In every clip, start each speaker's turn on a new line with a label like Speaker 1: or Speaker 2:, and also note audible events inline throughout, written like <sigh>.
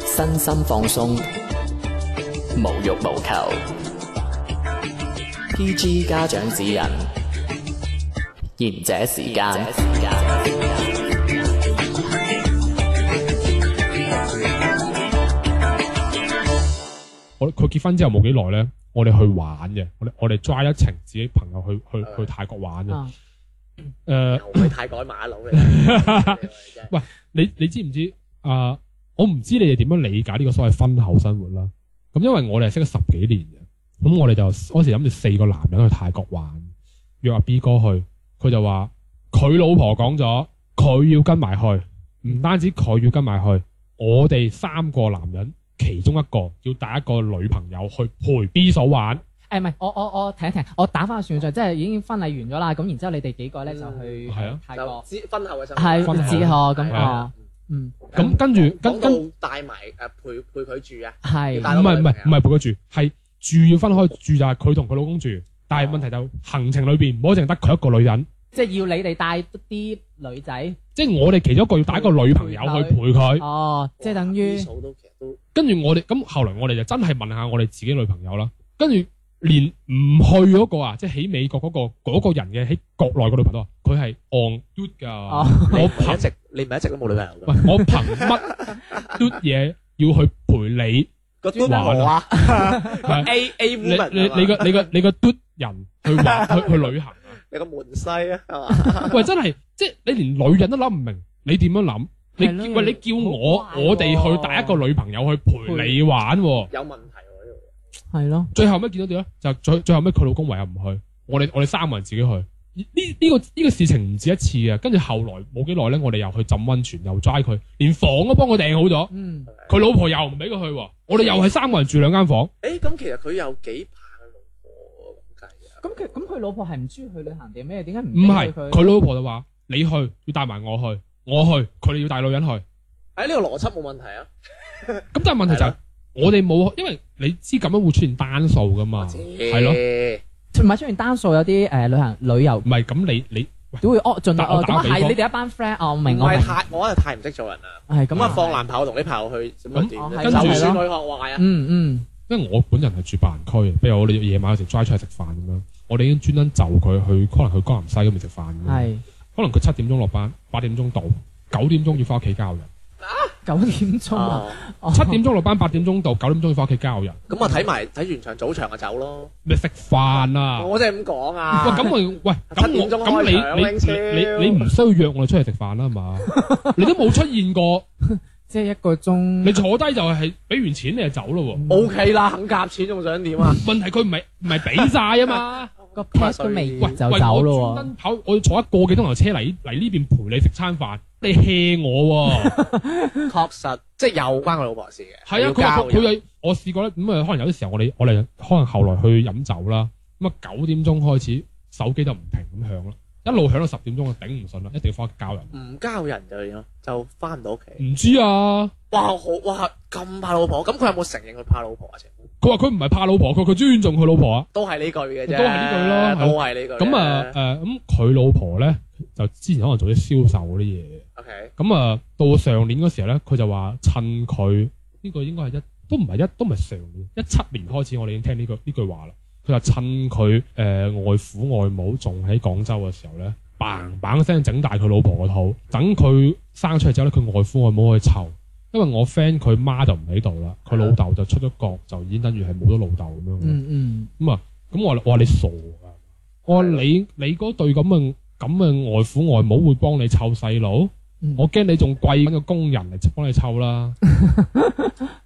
Speaker 1: 身心放鬆，無欲無求。PG 家長指引，賢者時間。
Speaker 2: 我佢結婚之後冇幾耐咧，我哋去玩嘅，我哋我哋 drive 一程自己朋友去去去泰國玩嘅。呃
Speaker 3: 啊
Speaker 2: 誒、
Speaker 4: 唔係太改馬佬嚟
Speaker 1: <laughs>
Speaker 4: 嘅， <laughs> 真係
Speaker 2: 你你知唔知啊、我唔知你哋點樣理解呢個所謂婚後生活啦。咁因為我哋係識咗十幾年嘅，咁我哋就嗰時諗住四個男人去泰國玩，約阿 B 哥去，佢就話佢老婆講咗，佢要跟埋去，唔單止佢要跟埋去，我哋三個男人其中一個要帶一個女朋友去陪 B 嫂玩。
Speaker 3: 誒唔係，我我我停一停，我打翻個算帳，即係已經婚禮完咗啦。咁然之後你哋幾個咧就
Speaker 2: 嗯
Speaker 3: 去
Speaker 2: 係啊
Speaker 3: 泰
Speaker 4: 就
Speaker 3: 國，
Speaker 4: 知婚後嘅生活
Speaker 2: 婚
Speaker 3: 係
Speaker 2: 後
Speaker 3: 自學咁
Speaker 2: 係
Speaker 3: 哦
Speaker 2: 啊，
Speaker 3: 嗯
Speaker 2: 咁跟住跟
Speaker 4: 講
Speaker 2: 跟
Speaker 4: 到帶埋誒陪陪佢住啊，
Speaker 3: 係
Speaker 4: 要
Speaker 3: 係
Speaker 4: 帶
Speaker 2: 唔係唔係唔係陪佢住，係住要分開住就係佢同佢老公住，但係問題就行程裏邊唔好淨得佢一個女人，
Speaker 3: 即係要你哋帶啲女仔
Speaker 2: 即係我哋其中一個要帶一個女朋友去陪佢，
Speaker 3: 哦，即係等於
Speaker 4: 啲數都其實都
Speaker 2: 跟住我哋咁後來我哋就真係問下我哋自己女朋友啦，跟住連唔去嗰個啊，即係喺美國嗰、個嗰、個人嘅喺國內個女朋友啊，佢係 on do 㗎，
Speaker 3: 哦
Speaker 2: 我
Speaker 4: 唔係
Speaker 2: 憑
Speaker 4: 一直你唔係一直都冇女朋友
Speaker 2: 喂
Speaker 4: 㗎，
Speaker 2: 我憑乜 do 嘢要去陪你？
Speaker 4: 個都
Speaker 2: 玩
Speaker 4: 冇啊
Speaker 2: 係
Speaker 4: ，A A
Speaker 2: 你
Speaker 4: woman
Speaker 2: 你你
Speaker 4: 個
Speaker 2: 個你個你個 do 人去玩去去旅行。
Speaker 4: 你個門西啊，係嘛？
Speaker 2: 喂，真係，即係你連女人都諗唔明，你點樣諗？你
Speaker 3: 係咯
Speaker 2: 喂，你叫我
Speaker 3: 好怪喎
Speaker 2: 我哋去帶一個女朋友去陪你玩喎，
Speaker 4: 有問題喎呢度，
Speaker 3: 係咯，
Speaker 2: 最後尾見到點咧？啊就最最後尾佢老公唯有唔去，我哋我哋三個人自己去。呢呢、個呢、個事情唔止一次嘅，跟住後來冇幾耐咧，我哋又去浸温泉，又齋佢，連房都幫我訂好咗。
Speaker 3: 嗯
Speaker 2: 佢老婆又唔俾佢去喎，我哋又係三個人住兩間房。
Speaker 4: 誒咁其實佢有幾怕佢老婆咁計啊？
Speaker 3: 咁佢咁佢老婆係唔中意去旅行定咩？點解唔
Speaker 2: 唔係，
Speaker 3: 俾
Speaker 2: 佢老婆就話：你去要帶埋我去，我去，佢哋要帶女人去。
Speaker 4: 誒呢個邏輯冇問題啊，
Speaker 2: 咁但係問題就係
Speaker 4: 係
Speaker 2: 我哋冇，因為你知咁樣會出現單數噶嘛，係咯，
Speaker 4: 咯。
Speaker 3: 唔係雖然單數有啲誒旅行旅遊
Speaker 2: 唔係咁你你喂
Speaker 3: 都會哦盡量
Speaker 2: 打
Speaker 3: 哦咁
Speaker 2: 打個
Speaker 3: 啊
Speaker 2: 比
Speaker 3: 係
Speaker 2: 方
Speaker 3: 你哋一班 friend 哦，我
Speaker 4: 唔
Speaker 3: 明我明
Speaker 4: 係太，我係太唔識做人啦。
Speaker 3: 係
Speaker 4: 咁
Speaker 3: 咁
Speaker 4: 啊，
Speaker 3: 啊
Speaker 4: 放男朋友同啲朋友去，咁又點
Speaker 3: 哦
Speaker 4: 啫？
Speaker 3: 係
Speaker 4: 就
Speaker 2: 咯
Speaker 4: 算佢
Speaker 3: 係
Speaker 4: 學
Speaker 3: 咯
Speaker 4: 壞啊，
Speaker 3: 嗯嗯
Speaker 2: 因為我本人係住白雲區嘅，譬如我哋夜晚有時齋出去食飯咁樣，我哋已經專登就佢去，可能去江南西嗰邊食飯咁樣，
Speaker 3: 係
Speaker 2: 可能佢七點鐘落班，八點鐘到，九點鐘要翻屋企交人，
Speaker 3: 九點鐘啊，
Speaker 4: 哦
Speaker 3: 哦
Speaker 2: 七點鐘落班，八點鐘到，九點鐘要翻屋企交人，
Speaker 4: 咁我睇埋睇完場早場就走咯。
Speaker 2: 咪食飯啊！
Speaker 4: 我真係咁講啊。
Speaker 2: 喂，咁我喂，咁我
Speaker 4: 七點鐘開場啊
Speaker 2: 咁你你你
Speaker 4: 永超
Speaker 2: 你你唔需要約我哋出去食飯啦係
Speaker 4: <laughs>
Speaker 2: 嘛，你都冇出現過，
Speaker 3: 即係一個鐘
Speaker 2: 你坐低就係俾完錢你就走咯喎。
Speaker 4: O K 啦，肯夾錢仲想點啊？
Speaker 2: 問題佢唔係唔係俾晒啊
Speaker 3: <laughs>
Speaker 2: 嘛，
Speaker 3: 個 pat 都未
Speaker 2: 喂
Speaker 3: 完就走
Speaker 2: 喂我
Speaker 3: 咯
Speaker 2: 專
Speaker 3: 喎，
Speaker 2: 登跑，我要坐一個幾鐘頭車嚟嚟呢邊陪你食餐飯，你 hea 我
Speaker 3: <laughs>
Speaker 2: 喎，
Speaker 4: 確實，即係又關我老婆事嘅。
Speaker 2: 係啊，
Speaker 4: 要
Speaker 2: 佢話
Speaker 4: 交
Speaker 2: 佢佢有我試過咧，咁啊可能有啲時候我哋我哋可能後來去飲酒啦，咁啊九點鐘開始手機就唔停咁響啦，一路響到十點鐘我頂唔順啦，一定要翻去教人。
Speaker 4: 唔交人就點啊？就翻唔到屋企。
Speaker 2: 唔知啊，
Speaker 4: 哇，好哇咁怕老婆，咁佢有冇承認佢怕老婆啊？情
Speaker 2: 佢話佢唔係怕老婆，佢佢尊重佢老婆啊。
Speaker 4: 都係呢句嘅啫，
Speaker 2: 都係呢句咯
Speaker 4: 都係呢句。
Speaker 2: 咁啊誒
Speaker 3: 哎
Speaker 2: 咁佢老婆咧就之前可能做啲銷售嗰啲嘢嘅。
Speaker 4: ，O K，
Speaker 2: 咁啊，到上年嗰時候咧，佢就話趁佢呢、個應該係一都唔係一都唔係上年一七年開始，我哋已經聽呢、個呢句話啦。佢話趁佢誒、呃外父外母仲喺廣州嘅時候咧，bang bang 聲整大佢老婆個肚，等佢生出嚟之後咧，佢外父外母去湊。因為我 friend 佢媽就唔喺度啦，佢老豆就出咗國，就已經等於係冇咗老豆咁樣。
Speaker 3: 嗯嗯
Speaker 2: 咁我話我話你傻㗎，我話
Speaker 4: 啊
Speaker 2: 你你嗰對咁嘅咁嘅外父外母會幫你湊細佬？
Speaker 3: 嗯，
Speaker 2: 我驚你仲貴緊個工人嚟幫你湊啦，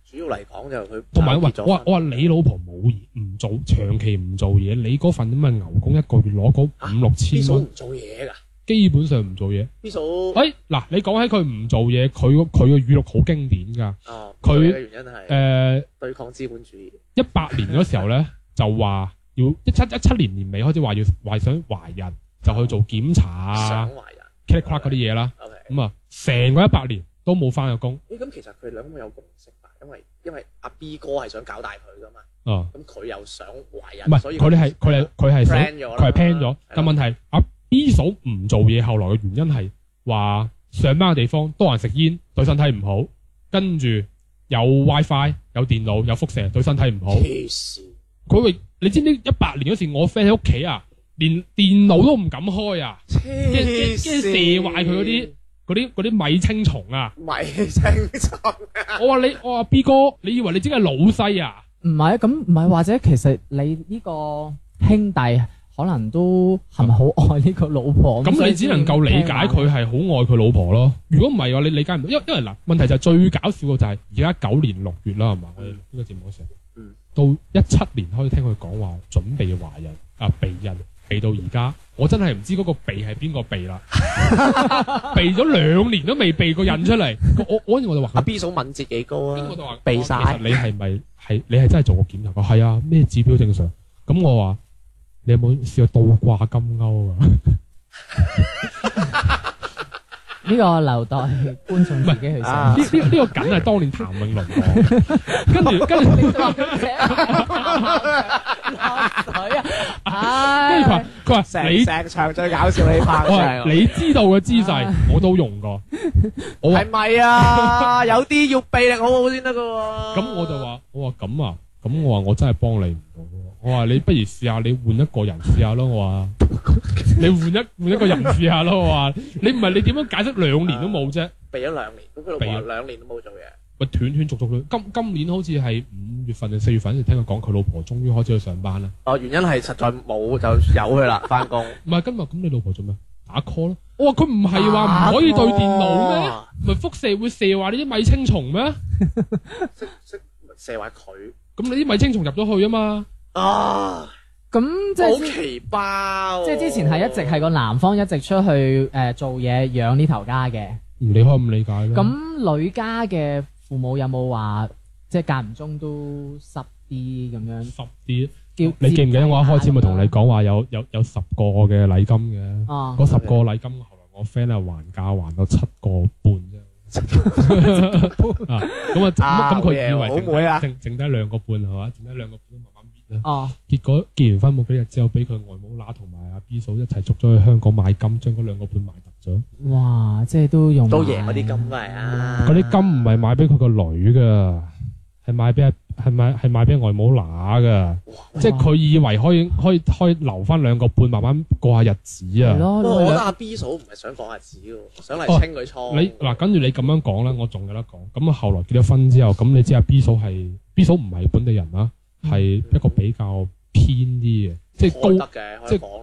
Speaker 4: 主要嚟講就佢
Speaker 2: 同埋
Speaker 4: 結
Speaker 2: 喂，
Speaker 4: 咗
Speaker 2: 我話
Speaker 4: 婚
Speaker 2: 我話你老婆冇嘢唔做，長期唔做嘢，你嗰份咁嘅牛工一個月攞嗰五六
Speaker 4: ，B
Speaker 2: 千
Speaker 4: 嫂
Speaker 2: 蚊，
Speaker 4: 唔做嘢㗎
Speaker 2: 基本上唔做嘢。
Speaker 4: ，B 嫂
Speaker 2: 喂、嗱，你講起佢唔做嘢，佢個佢嘅語錄好經典㗎。
Speaker 4: 啊，
Speaker 2: 佢
Speaker 4: 佢嘅原因係
Speaker 2: 誒、
Speaker 4: 對抗資本主義。
Speaker 2: 一八年嗰時候咧，就話要一七一七年年尾開始話要話想懷孕，就去做檢查
Speaker 4: 想
Speaker 2: 啊
Speaker 4: 懷人。
Speaker 2: k i c k 嗰啲嘢啦。
Speaker 4: O K，
Speaker 2: 咁啊，成個一百年都冇翻過工
Speaker 4: 咦咁其實佢兩個有共識吧？因為因為阿 B 哥係想搞大佢噶嘛，
Speaker 2: 啊，
Speaker 4: 咁佢又想懷
Speaker 2: 唔
Speaker 4: 孕，
Speaker 2: 係
Speaker 4: 所以
Speaker 2: 佢哋係佢哋佢係想。
Speaker 4: plan 咗啦，
Speaker 2: 佢係 plan 咗，但問
Speaker 4: 題
Speaker 2: 題阿 B 嫂唔做嘢，後來嘅原因係話上班嘅地方多人食煙，對身體唔好，跟住有 WiFi、有電腦、有輻射，對身體唔好。
Speaker 4: 黐線，
Speaker 2: 佢會，你知唔知一八年嗰時，我 friend 喺屋企啊，連電腦都唔敢開啊，跟住跟
Speaker 4: 黐
Speaker 2: 住
Speaker 4: 線，
Speaker 2: 射壞佢嗰啲嗰啲嗰啲米青蟲啊！
Speaker 4: 迷清楚，
Speaker 2: 我話你，我話 B 哥，你以為你自己係老細啊？
Speaker 3: 唔係咁唔係，或者其實你呢個兄弟可能都係咪好愛呢個老婆？所
Speaker 2: 咁
Speaker 3: 以
Speaker 2: 你只能夠理解佢係好愛佢老婆咯。如果唔係嘅話，你理解唔到，因為因為嗱，問題就係最搞笑嘅就係而家九年六月啦，係嘛？我哋
Speaker 4: 嗯
Speaker 2: 呢個節目嗰時候
Speaker 4: 嗯
Speaker 2: 到一七年開始聽佢講話準備懷孕啊，避孕避到而家，我真係唔知嗰個避係邊個避啦，避咗兩年都未避過孕出嚟。我我嗰陣我就
Speaker 4: 阿
Speaker 2: 話佢，
Speaker 4: <laughs> B 嫂敏捷幾高
Speaker 2: 跟住
Speaker 4: 啊
Speaker 2: 我？就話
Speaker 1: 避晒
Speaker 2: 其實你係咪係你係真係做過檢查？佢話係啊，咩指標正常？咁我話你有冇試過倒掛金鈎啊？
Speaker 3: 呢個留待觀眾自己去
Speaker 4: 啊
Speaker 3: 想。
Speaker 2: 呢呢呢個梗係當年譚詠麟講，
Speaker 4: <laughs>
Speaker 2: 跟住跟住
Speaker 3: 你就話佢寫 <laughs> 落水啊！
Speaker 2: 跟住佢話
Speaker 3: 唉，
Speaker 2: 佢話
Speaker 4: 成
Speaker 2: 你
Speaker 4: 成場最搞笑呢 part
Speaker 2: 我話你知道嘅姿勢我都用過，我話
Speaker 4: 係咪
Speaker 2: <laughs>
Speaker 4: 啊？有啲要臂力好好先得噶喎。
Speaker 2: 咁我就話我話咁啊，咁我話我真係幫你唔到喎，我話你不如試下你換一個人試下咯，我話你換一換一個人試下咯，我話你唔係你點樣解釋兩年都冇啫？
Speaker 4: 避咗兩年，咁佢老
Speaker 2: 避咗
Speaker 4: 婆兩年都冇做嘢。
Speaker 2: 咪斷斷續續今今年好似係五月份定四月份，就聽佢講佢老婆終於開始去上班啦。
Speaker 4: 哦，原因係實在冇就
Speaker 2: <laughs>
Speaker 4: 由佢啦，翻工。
Speaker 2: 唔係今日咁你老婆做咩？打 call 咯。我話佢唔係話唔可以對電腦咩？
Speaker 4: 啊？
Speaker 2: 咪輻射會射壞你啲米青蟲咩？
Speaker 4: 識識射壞佢
Speaker 2: 咁你啲米青蟲入咗去啊嘛，
Speaker 4: 啊！
Speaker 3: 咁即
Speaker 4: 好
Speaker 3: 係。
Speaker 4: 奇葩喎。
Speaker 3: 即係之前係一直係個男方一直出去誒、呃做嘢養呢頭家嘅，
Speaker 2: 唔理開唔理解咯。
Speaker 3: 咁女家嘅父母有冇話即係間唔中都濕啲咁樣
Speaker 2: 十啲，
Speaker 3: 叫？
Speaker 2: 你記唔記得我一開始咪同你講話有有有十個嘅禮金嘅？
Speaker 3: 啊？
Speaker 2: 嗰十個禮金後來我 friend 係還價還到七個半
Speaker 4: <laughs>
Speaker 2: 啫。啊咁啊，咁
Speaker 4: 啊
Speaker 2: 咁佢
Speaker 4: 好嘢
Speaker 2: 以為
Speaker 4: 好
Speaker 2: 剩
Speaker 4: 妹啊
Speaker 2: 剩剩低兩個半係嘛？剩低兩個半慢慢搣啦。
Speaker 3: 哦，
Speaker 2: 結果結完婚冇幾日之後，俾佢外母乸同埋阿 B 嫂一齊捉咗去香港買金，將嗰兩個半賣突咗。
Speaker 3: 哇！即係都用
Speaker 4: 都
Speaker 3: 埋
Speaker 4: 贏嗰啲金嚟啊！
Speaker 2: 嗰啲金唔係買俾佢個女噶，係買俾阿係買係買俾外母乸噶，即係佢以為可以可以可以留翻兩個半慢慢過下日子
Speaker 3: 係
Speaker 2: 啊！
Speaker 4: 不
Speaker 3: 咯，
Speaker 4: 過我覺
Speaker 3: 攞
Speaker 4: 得
Speaker 3: 兩
Speaker 4: 阿 B 嫂唔係想講下子喎，想嚟清佢倉。
Speaker 2: 你嗱，跟住你咁樣講咧，我仲有得講。咁後來結咗婚之後，咁你知阿 B 嫂係 B 嫂唔係本地人啦，係一個比較偏啲嘅，即係
Speaker 4: 開
Speaker 2: 高
Speaker 4: 得嘅，可
Speaker 2: 即
Speaker 4: 以
Speaker 2: 係
Speaker 4: 講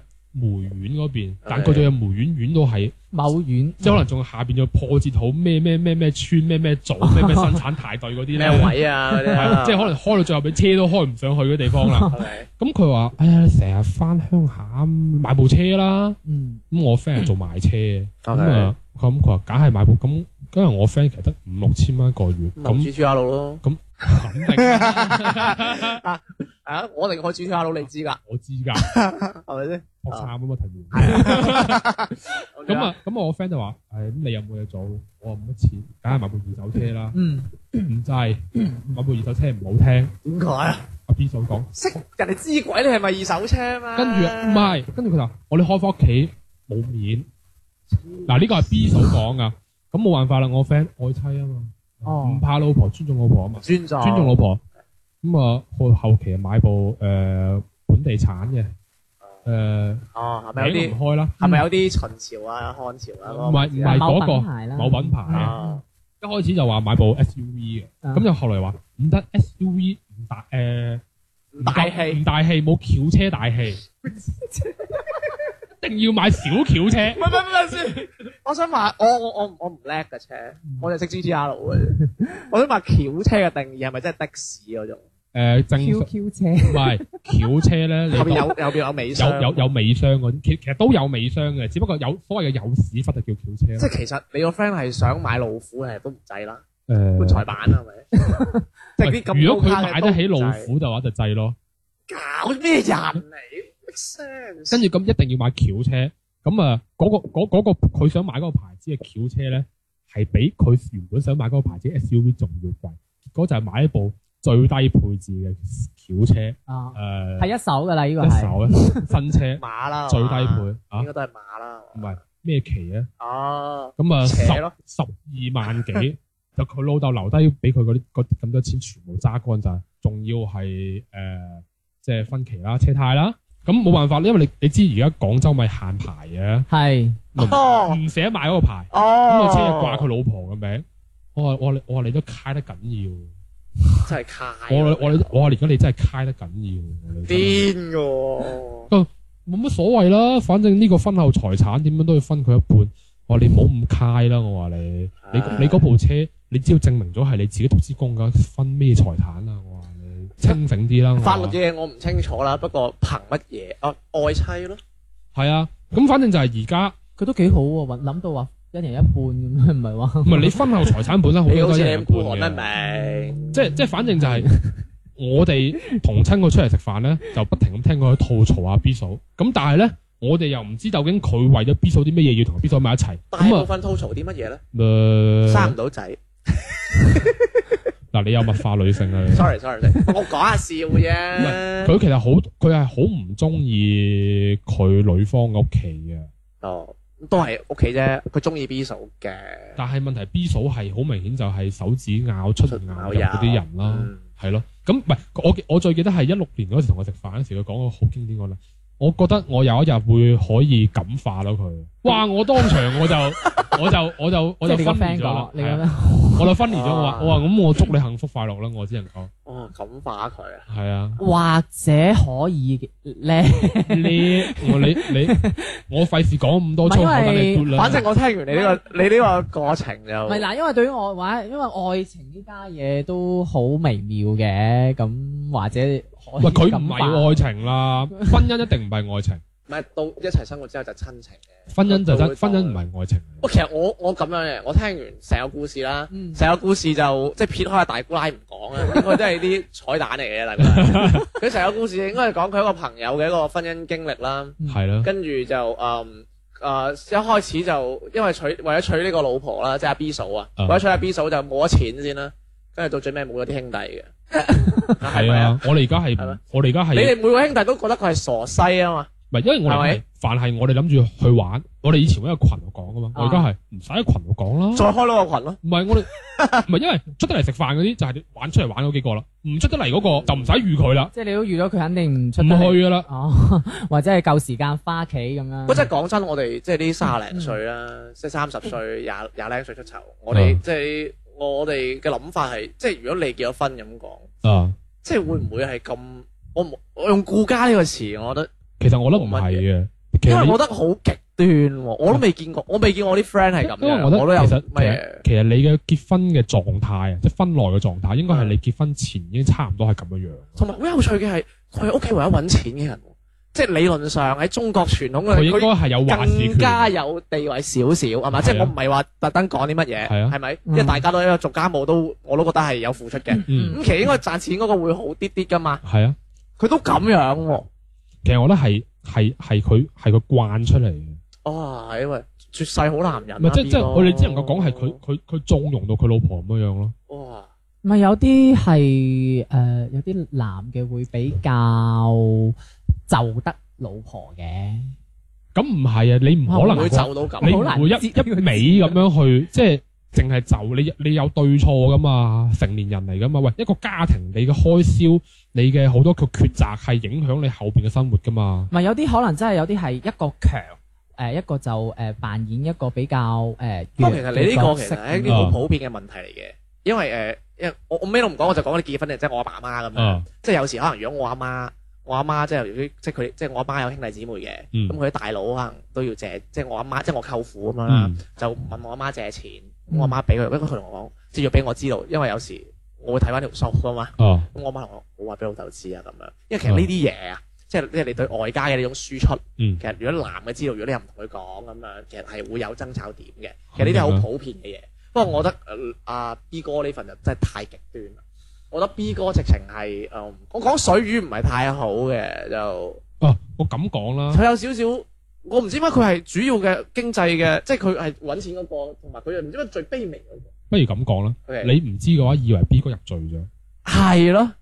Speaker 2: 誒梅縣嗰邊，但佢仲有梅縣縣都係。
Speaker 3: 某院
Speaker 2: 即係可能仲下邊仲有破折號咩咩咩咩村咩咩組咩咩生產大隊嗰啲
Speaker 4: 咩
Speaker 2: 咧，
Speaker 4: 位啊嗰啲
Speaker 2: 係
Speaker 4: 啊
Speaker 2: 啦即係可能開到最後，俾車都開唔上去嘅地方
Speaker 4: <laughs>
Speaker 2: 啦。
Speaker 4: OK，
Speaker 2: 咁佢話：哎呀，你成日翻鄉下買部車啦。
Speaker 3: 嗯
Speaker 2: 咁我 friend 係做賣車嘅，咁
Speaker 4: OK
Speaker 2: 啊，咁佢話梗係買部咁，因為我 friend 其實得五六千蚊一個月，
Speaker 4: 咁咪
Speaker 2: 咁
Speaker 4: 煮豬扒佬咯。
Speaker 2: 肯定
Speaker 4: 啊，我哋開煮豬扒佬，你知㗎，
Speaker 2: 我知㗎，
Speaker 4: 係咪先？
Speaker 2: 學生啊嘛提議。
Speaker 4: OK
Speaker 2: 咁
Speaker 4: 啦，
Speaker 2: 啊，咁我 friend 就話：誒，咁你有冇嘢做？我話冇乜錢，梗係買部二手車啦。
Speaker 3: 嗯，
Speaker 2: 唔制，買部二手車唔好聽。
Speaker 4: 點解啊？
Speaker 2: 阿 B 嫂講。
Speaker 4: 識人哋知鬼你係咪二手車嘛？
Speaker 2: 跟住唔係，跟住佢就話我哋開翻屋企冇面。嗱呢個係 B 嫂講噶，咁冇辦法啦，我 friend 愛妻啊嘛，
Speaker 3: 哦
Speaker 2: 唔怕老婆，尊重老婆啊嘛，
Speaker 4: 尊重
Speaker 2: 尊重老婆。咁啊，後後期買部誒、呃本地產嘅，誒、
Speaker 4: 哦，係咪有
Speaker 2: 名
Speaker 4: 啲
Speaker 2: 唔開啦，
Speaker 4: 係咪有啲秦朝啊、漢朝啊嗰個
Speaker 2: 唔係唔
Speaker 4: 字啊
Speaker 2: 係嗰
Speaker 3: 某品牌
Speaker 2: 個
Speaker 3: 啦
Speaker 2: 嗯某品牌嘅，
Speaker 4: 啊？
Speaker 2: 一開始就話買部 SUV 嘅，
Speaker 3: 啊
Speaker 2: 咁就後來話唔得 SUV 唔大誒。唔
Speaker 4: 大
Speaker 2: 夠
Speaker 4: 氣
Speaker 2: 唔大氣，冇轎車大
Speaker 4: <laughs>
Speaker 2: 氣，一定要買小轎車。
Speaker 4: 唔係唔係唔係先，我想話我我我唔我唔叻嘅車，我就識 G T R 嘅啫。我想話轎車嘅定義係咪真係的士嗰種？
Speaker 2: 誒、呃正常
Speaker 3: QQ 車
Speaker 2: 唔係轎車咧，你
Speaker 4: 後邊有
Speaker 2: 當
Speaker 4: 有邊有尾箱
Speaker 2: 有有有尾箱嗰啲，其其實都有尾箱嘅，只不過有所謂嘅有屎忽就叫轎車
Speaker 4: 即
Speaker 2: 啦。
Speaker 4: 係其實你個 friend 係想買老虎，係都唔制啦，
Speaker 2: 誒
Speaker 4: 棺材板啊係咪？即係啲咁
Speaker 2: 如果
Speaker 4: 高
Speaker 2: 佢
Speaker 4: 卡
Speaker 2: 買
Speaker 4: 嘅都
Speaker 2: 得
Speaker 4: 唔
Speaker 2: 起老
Speaker 4: 制，
Speaker 2: 虎嘅話就制咯，
Speaker 4: 搞咩人嚟？make sense？
Speaker 2: 跟住咁一定要買轎車。咁啊，嗰、個嗰嗰、個佢想買嗰個牌子嘅轎車咧，係比佢原本想買嗰個牌子 SUV 仲要貴。結果就係買一部最低配置嘅轎車，誒、
Speaker 3: 啊，係一手噶啦，呢個
Speaker 2: 一
Speaker 3: 係
Speaker 2: 手咧新車
Speaker 4: <laughs> 馬啦，
Speaker 2: 最低
Speaker 4: 係嘛
Speaker 2: 配啊
Speaker 4: 應，該都係馬啦。
Speaker 2: 唔係咩旗啊？
Speaker 4: 哦，
Speaker 2: 咁啊
Speaker 4: 扯
Speaker 2: 十
Speaker 4: 咯
Speaker 2: 十二萬幾， <laughs> 就佢老豆留低俾佢嗰啲嗰咁多錢，全部揸乾晒，仲要係誒、呃即係分期啦、車貸啦。咁冇辦法，因為你你知而家廣州咪限牌
Speaker 4: <laughs>
Speaker 2: 嘅，
Speaker 3: 係
Speaker 4: 哦
Speaker 2: 唔捨得買嗰個牌，
Speaker 4: 哦，
Speaker 2: 咁啊我車就掛佢老婆嘅名。我話我話你我話你都揩得緊
Speaker 4: 真係卡，
Speaker 2: 要，我話我話我話而家你真係揩得緊要，你真係
Speaker 4: 癲噶喎，
Speaker 2: 冇乜所謂啦，反正呢個婚後財產點樣都要分佢一半。我話你唔好咁揩啦，我話你，你
Speaker 4: 唉
Speaker 2: 你嗰部車，你只要證明咗係你自己獨資公噶，分咩財產啊？我話你清醒啲啦。我話
Speaker 4: 法律嘅嘢我唔清楚啦，不過憑乜嘢啊愛妻咯？
Speaker 2: 係啊，咁反正就係而家，
Speaker 3: 佢都幾好喎，搵諗到話一人一半咁樣，唔係話
Speaker 2: 唔係你婚後財產本身好
Speaker 4: 你
Speaker 2: 多
Speaker 4: 好
Speaker 2: 都
Speaker 4: 似
Speaker 2: 係一
Speaker 4: 你
Speaker 2: 人
Speaker 4: 咁
Speaker 2: 一半
Speaker 4: 孤寒得
Speaker 2: 嘅，啊
Speaker 4: 明？
Speaker 2: 即係即係反正就係我哋同親佢出嚟食飯咧，就不停咁聽佢吐槽啊 B 嫂。咁但係咧，我哋又唔知究竟佢為咗 B 嫂啲咩嘢要同 B 嫂埋一齊。
Speaker 4: 大
Speaker 2: 咁
Speaker 4: 部
Speaker 2: 啊，
Speaker 4: 分吐槽啲乜嘢咧？
Speaker 2: 誒
Speaker 4: 生唔到仔
Speaker 2: 嗱，你有物化女性啊？你
Speaker 4: ，sorry sorry，
Speaker 2: <laughs>
Speaker 4: 我講下笑
Speaker 2: 唔
Speaker 4: 啫。
Speaker 2: 佢其實好，佢係好唔中意佢女方嘅屋企嘅。
Speaker 4: 哦，都係屋企啫，佢中意 B 嫂嘅。
Speaker 2: 但係問題 B 嫂係好明顯就係手指咬出咬
Speaker 4: 咬
Speaker 2: 入嗰啲人啦
Speaker 4: 嗯，
Speaker 2: 係咯、咁唔係我記我最記得係一六年嗰時同我食飯嗰時，佢講個好經典個例，我覺得我有一日會可以感化到佢。哇！我當場
Speaker 3: <laughs>
Speaker 2: 我就我就我就我
Speaker 3: 即
Speaker 2: 就
Speaker 3: 係你
Speaker 2: 分
Speaker 3: 個
Speaker 2: 離
Speaker 3: friend
Speaker 2: 咗啦
Speaker 3: 講，，你
Speaker 2: 係
Speaker 3: 咁
Speaker 2: 啊
Speaker 3: 樣
Speaker 2: 我就分離咗。我話
Speaker 4: 啊
Speaker 2: 我話咁，我祝你幸福快樂啦！我只能講
Speaker 4: 哦，咁化佢啊！
Speaker 2: 係啊。
Speaker 3: 或者可以咧，
Speaker 2: 你我你你我費事講咁多粗口，
Speaker 3: 唔係因
Speaker 2: 等你
Speaker 3: 為
Speaker 2: 嘟啦。
Speaker 4: 反正我聽完你
Speaker 2: <laughs>
Speaker 4: 呢、個你呢個過程就
Speaker 3: 唔係嗱，因為對於我話，因為愛情呢家嘢都好微妙嘅，咁或者
Speaker 2: 喂，
Speaker 3: 喂
Speaker 2: 佢唔係愛情啦，婚姻一定唔係愛情，
Speaker 4: 唔係到一齊生活之後就親情嘅。
Speaker 2: 婚姻就真，
Speaker 4: 都會講
Speaker 2: 婚姻唔係愛情。
Speaker 4: 喂，其實我我咁樣嘅，我聽完成個故事啦，
Speaker 3: 嗯
Speaker 4: 成、個故事就即係撇開阿大姑奶唔講 <laughs> 啊，應該都係啲彩蛋嚟嘅大姑 <laughs> 奶。佢成個故事應該係講佢一個朋友嘅一個婚姻經歷啦，
Speaker 2: 係啦，
Speaker 4: 跟住就嗯誒、呃一開始就因為娶為咗娶呢個老婆啦，即係阿 B 嫂啊，
Speaker 2: 啊
Speaker 4: 為咗娶阿 B 嫂就冇咗錢先啦，跟住到最尾冇咗啲兄弟嘅， <laughs> 係
Speaker 2: 係
Speaker 4: 咪啊？
Speaker 2: 啊，我哋而家係
Speaker 4: 係
Speaker 2: 唔
Speaker 4: 咪，
Speaker 2: 我哋而家
Speaker 4: 你
Speaker 2: 係
Speaker 4: 哋每個兄弟都覺得佢係傻西啊嘛。
Speaker 2: 唔係？因為我哋
Speaker 4: 係
Speaker 2: 係
Speaker 4: 咪
Speaker 2: 凡係我哋諗住去玩，我哋以前喺個群度講噶嘛，我而
Speaker 3: 啊
Speaker 2: 家係唔使喺群度講啦。
Speaker 4: 再開多個群咯。
Speaker 2: 唔係
Speaker 4: <laughs>
Speaker 2: 我哋，唔係因為出得嚟食飯嗰啲就係你玩出嚟玩嗰幾個啦，唔出得嚟嗰個就唔使預佢啦，
Speaker 3: 即係你都預到佢肯定唔出
Speaker 2: 唔
Speaker 3: 得嚟
Speaker 2: 去噶啦。
Speaker 3: 哦， <laughs> 或者係夠時間翻屋企咁
Speaker 2: 嗯
Speaker 3: 樣。
Speaker 4: 不過真係講真，我哋即係啲三廿零歲啦，即係三十歲、廿廿零歲出頭，我哋
Speaker 2: 嗯
Speaker 4: 即係我哋嘅諗法係，即係如果你結咗婚咁講，
Speaker 2: 啊，
Speaker 4: 即係會唔會係咁？我唔我用顧家呢個詞，我覺得，
Speaker 2: 其實我覺得唔係嘅，其
Speaker 4: 因為
Speaker 2: 實你嗯
Speaker 4: 我覺得好極端喎，我都未見過，我未見過我啲 friend 係咁
Speaker 2: 因為
Speaker 4: 樣，
Speaker 2: 我覺
Speaker 4: 我都
Speaker 2: 得
Speaker 4: 有
Speaker 2: 其實其實
Speaker 4: 咩
Speaker 2: 其實你嘅結婚嘅狀態啊，即係婚內嘅狀態，應該係你結婚前已經差唔多係咁樣樣。
Speaker 4: 嘢，同埋好有趣嘅係，佢係屋企唯一揾錢嘅人喎，即係理論上喺中國傳統
Speaker 2: 佢
Speaker 4: 嘅
Speaker 2: 應該係有話事權。嗯
Speaker 4: 更加有地位少少，係嘛？即係我唔係話特登講啲乜嘢，
Speaker 2: 啊係啊
Speaker 4: 係咪？因
Speaker 3: 嗯
Speaker 4: 為大家都一個做家務都，我都覺得係有付出嘅。咁、
Speaker 2: 嗯
Speaker 4: 其實應該賺錢嗰個會好啲啲噶嘛。
Speaker 2: 係啊，
Speaker 4: 佢都咁樣喎、
Speaker 2: 其實我覺得係係係佢係佢慣出嚟嘅，
Speaker 4: 哦，係因為絕世好男人、啊。
Speaker 2: 唔係即即係我哋只能夠講係
Speaker 4: 係
Speaker 2: 佢。佢佢縱容到佢老婆咁樣樣咯。
Speaker 4: 哇！
Speaker 3: 唔係有啲係誒，有啲男嘅會比較就得老婆嘅，
Speaker 2: 咁唔係啊，你唔可
Speaker 4: 可
Speaker 2: 能
Speaker 4: 能會
Speaker 2: 個
Speaker 4: 就到咁。
Speaker 2: 你
Speaker 3: 好
Speaker 2: 唔
Speaker 3: 難
Speaker 2: 會一
Speaker 3: 知
Speaker 2: 一味咁樣去即係。淨係就你你有對錯噶嘛？成年人嚟噶嘛？喂，一個家庭你嘅開銷，你嘅好多個抉擇係影響你後邊嘅生活噶嘛？
Speaker 3: 唔係有啲可能真係有啲係一個強誒，一個就誒扮演一個比較誒
Speaker 4: 不
Speaker 3: 弱
Speaker 4: 哦過其實
Speaker 3: 嘅
Speaker 4: 你呢個哦
Speaker 3: 角
Speaker 4: 其
Speaker 3: 色
Speaker 4: 實
Speaker 3: 咁
Speaker 4: 係一
Speaker 3: 樣。
Speaker 4: 啲
Speaker 2: 啊
Speaker 4: 好普遍嘅問題嚟嘅，因為誒、呃因為我我咩都唔講，我就講你結婚嘅，即係我阿爸媽咁樣。
Speaker 2: 啊，
Speaker 4: 即係有時可能如果我阿媽，我阿媽即係如果即係佢即係我阿媽有兄弟姊妹嘅，
Speaker 2: 嗯
Speaker 4: 咁佢啲大佬可能都要借，即係我阿媽即係我舅父咁樣啦，
Speaker 2: 嗯，
Speaker 4: 就問我阿媽借錢，咁
Speaker 3: 嗯
Speaker 4: 我阿媽俾佢，不過佢同我講，即係要俾我知道，因為有時我會睇翻條數噶嘛，
Speaker 2: 哦，
Speaker 4: 咁我阿媽同我我話俾老豆知啊咁樣，因為其實呢啲嘢啊，即係即係你對外家嘅呢種輸出，
Speaker 2: 嗯
Speaker 4: 其實如果男嘅知道，如果你又唔同佢講咁樣，其實係會有爭吵點嘅，其實呢啲
Speaker 2: 啊
Speaker 4: 係好普遍嘅嘢。不過我覺得呃阿 B 哥呢份就真係太極端啦。我覺得 B 哥直情係誒，我講水魚唔係太好嘅，就
Speaker 2: 哦，我咁講啦，
Speaker 4: 佢有少少，我唔知點解佢係主要嘅經濟嘅，即係佢係揾錢嗰個，同埋佢又唔知點解最卑微嗰
Speaker 2: 不如咁講啦，
Speaker 4: 個。OK，
Speaker 2: 你唔知嘅話，以為 B 哥入罪咗，
Speaker 4: 係咯，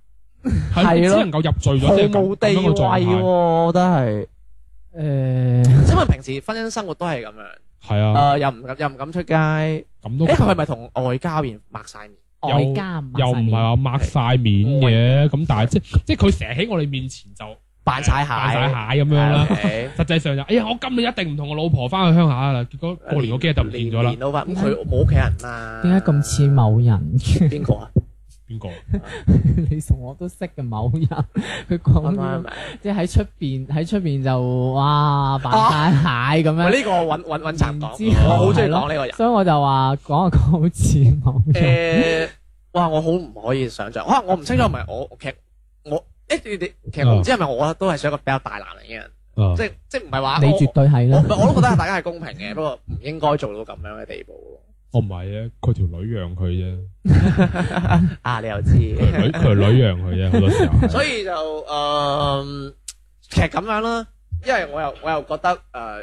Speaker 2: 係
Speaker 4: 係咯
Speaker 2: 只能夠入罪
Speaker 4: 毫
Speaker 2: 咗，即係
Speaker 4: 無
Speaker 2: 咁
Speaker 4: 地
Speaker 2: 咁
Speaker 4: 位
Speaker 2: 樣嘅狀
Speaker 4: 喎，
Speaker 2: 態。
Speaker 4: 我覺得係。
Speaker 3: 誒
Speaker 4: 因為平時婚姻生活都係咁樣，
Speaker 2: 系啊，
Speaker 4: 誒又唔敢又唔敢出街，誒
Speaker 2: 咁都
Speaker 4: 佢係咪同外交面抹晒面？
Speaker 2: 又
Speaker 3: 呃外加唔
Speaker 2: 又唔係話抹晒面嘅，咁但係即即係佢成日喺我哋面前就
Speaker 4: 扮晒蟹，
Speaker 2: 扮晒蟹咁樣啦。 <laughs>
Speaker 4: 係
Speaker 2: 實際上就，哎呀，我今年一定唔同我老婆翻去鄉下啦。結果過年嗰幾日就唔見咗啦
Speaker 4: 連。連老闆咁佢冇屋企人啦。
Speaker 3: 點解咁似某人？ <laughs>
Speaker 4: 邊個
Speaker 2: <laughs>
Speaker 4: 啊？
Speaker 2: 邊個？
Speaker 3: 你同我都識嘅某人， <laughs> 佢講
Speaker 4: 啱啱
Speaker 3: 咗即係喺出邊喺出邊就哇扮晒蟹咁
Speaker 4: 啊
Speaker 3: 樣，
Speaker 4: 喂呢個揾揾揾賊啊
Speaker 3: 唔知
Speaker 4: 講，我好中意講
Speaker 2: <laughs>
Speaker 4: 呢個人。
Speaker 3: 所以我就話講下講好似某人，
Speaker 4: 誒，哇！我好唔可以想像，可能我唔清楚，唔係我其實我誒你哋其
Speaker 2: 哦
Speaker 4: 實我唔知係咪我都係想一個比較大男人嘅人，
Speaker 2: 啊
Speaker 4: 即即唔係話
Speaker 3: 你
Speaker 4: 我
Speaker 3: 絕對係
Speaker 4: 我唔
Speaker 3: 啦。
Speaker 4: 係我都覺得大家係公平嘅，不過唔應該做到咁樣嘅地步咯。
Speaker 2: 我唔係啊，佢條女讓佢啫，
Speaker 4: <laughs> 啊，你又知
Speaker 2: 佢條女佢條女讓佢啫，好多時候。
Speaker 4: 所以就誒、嗯其實咁樣啦，因為我又我又覺得誒、呃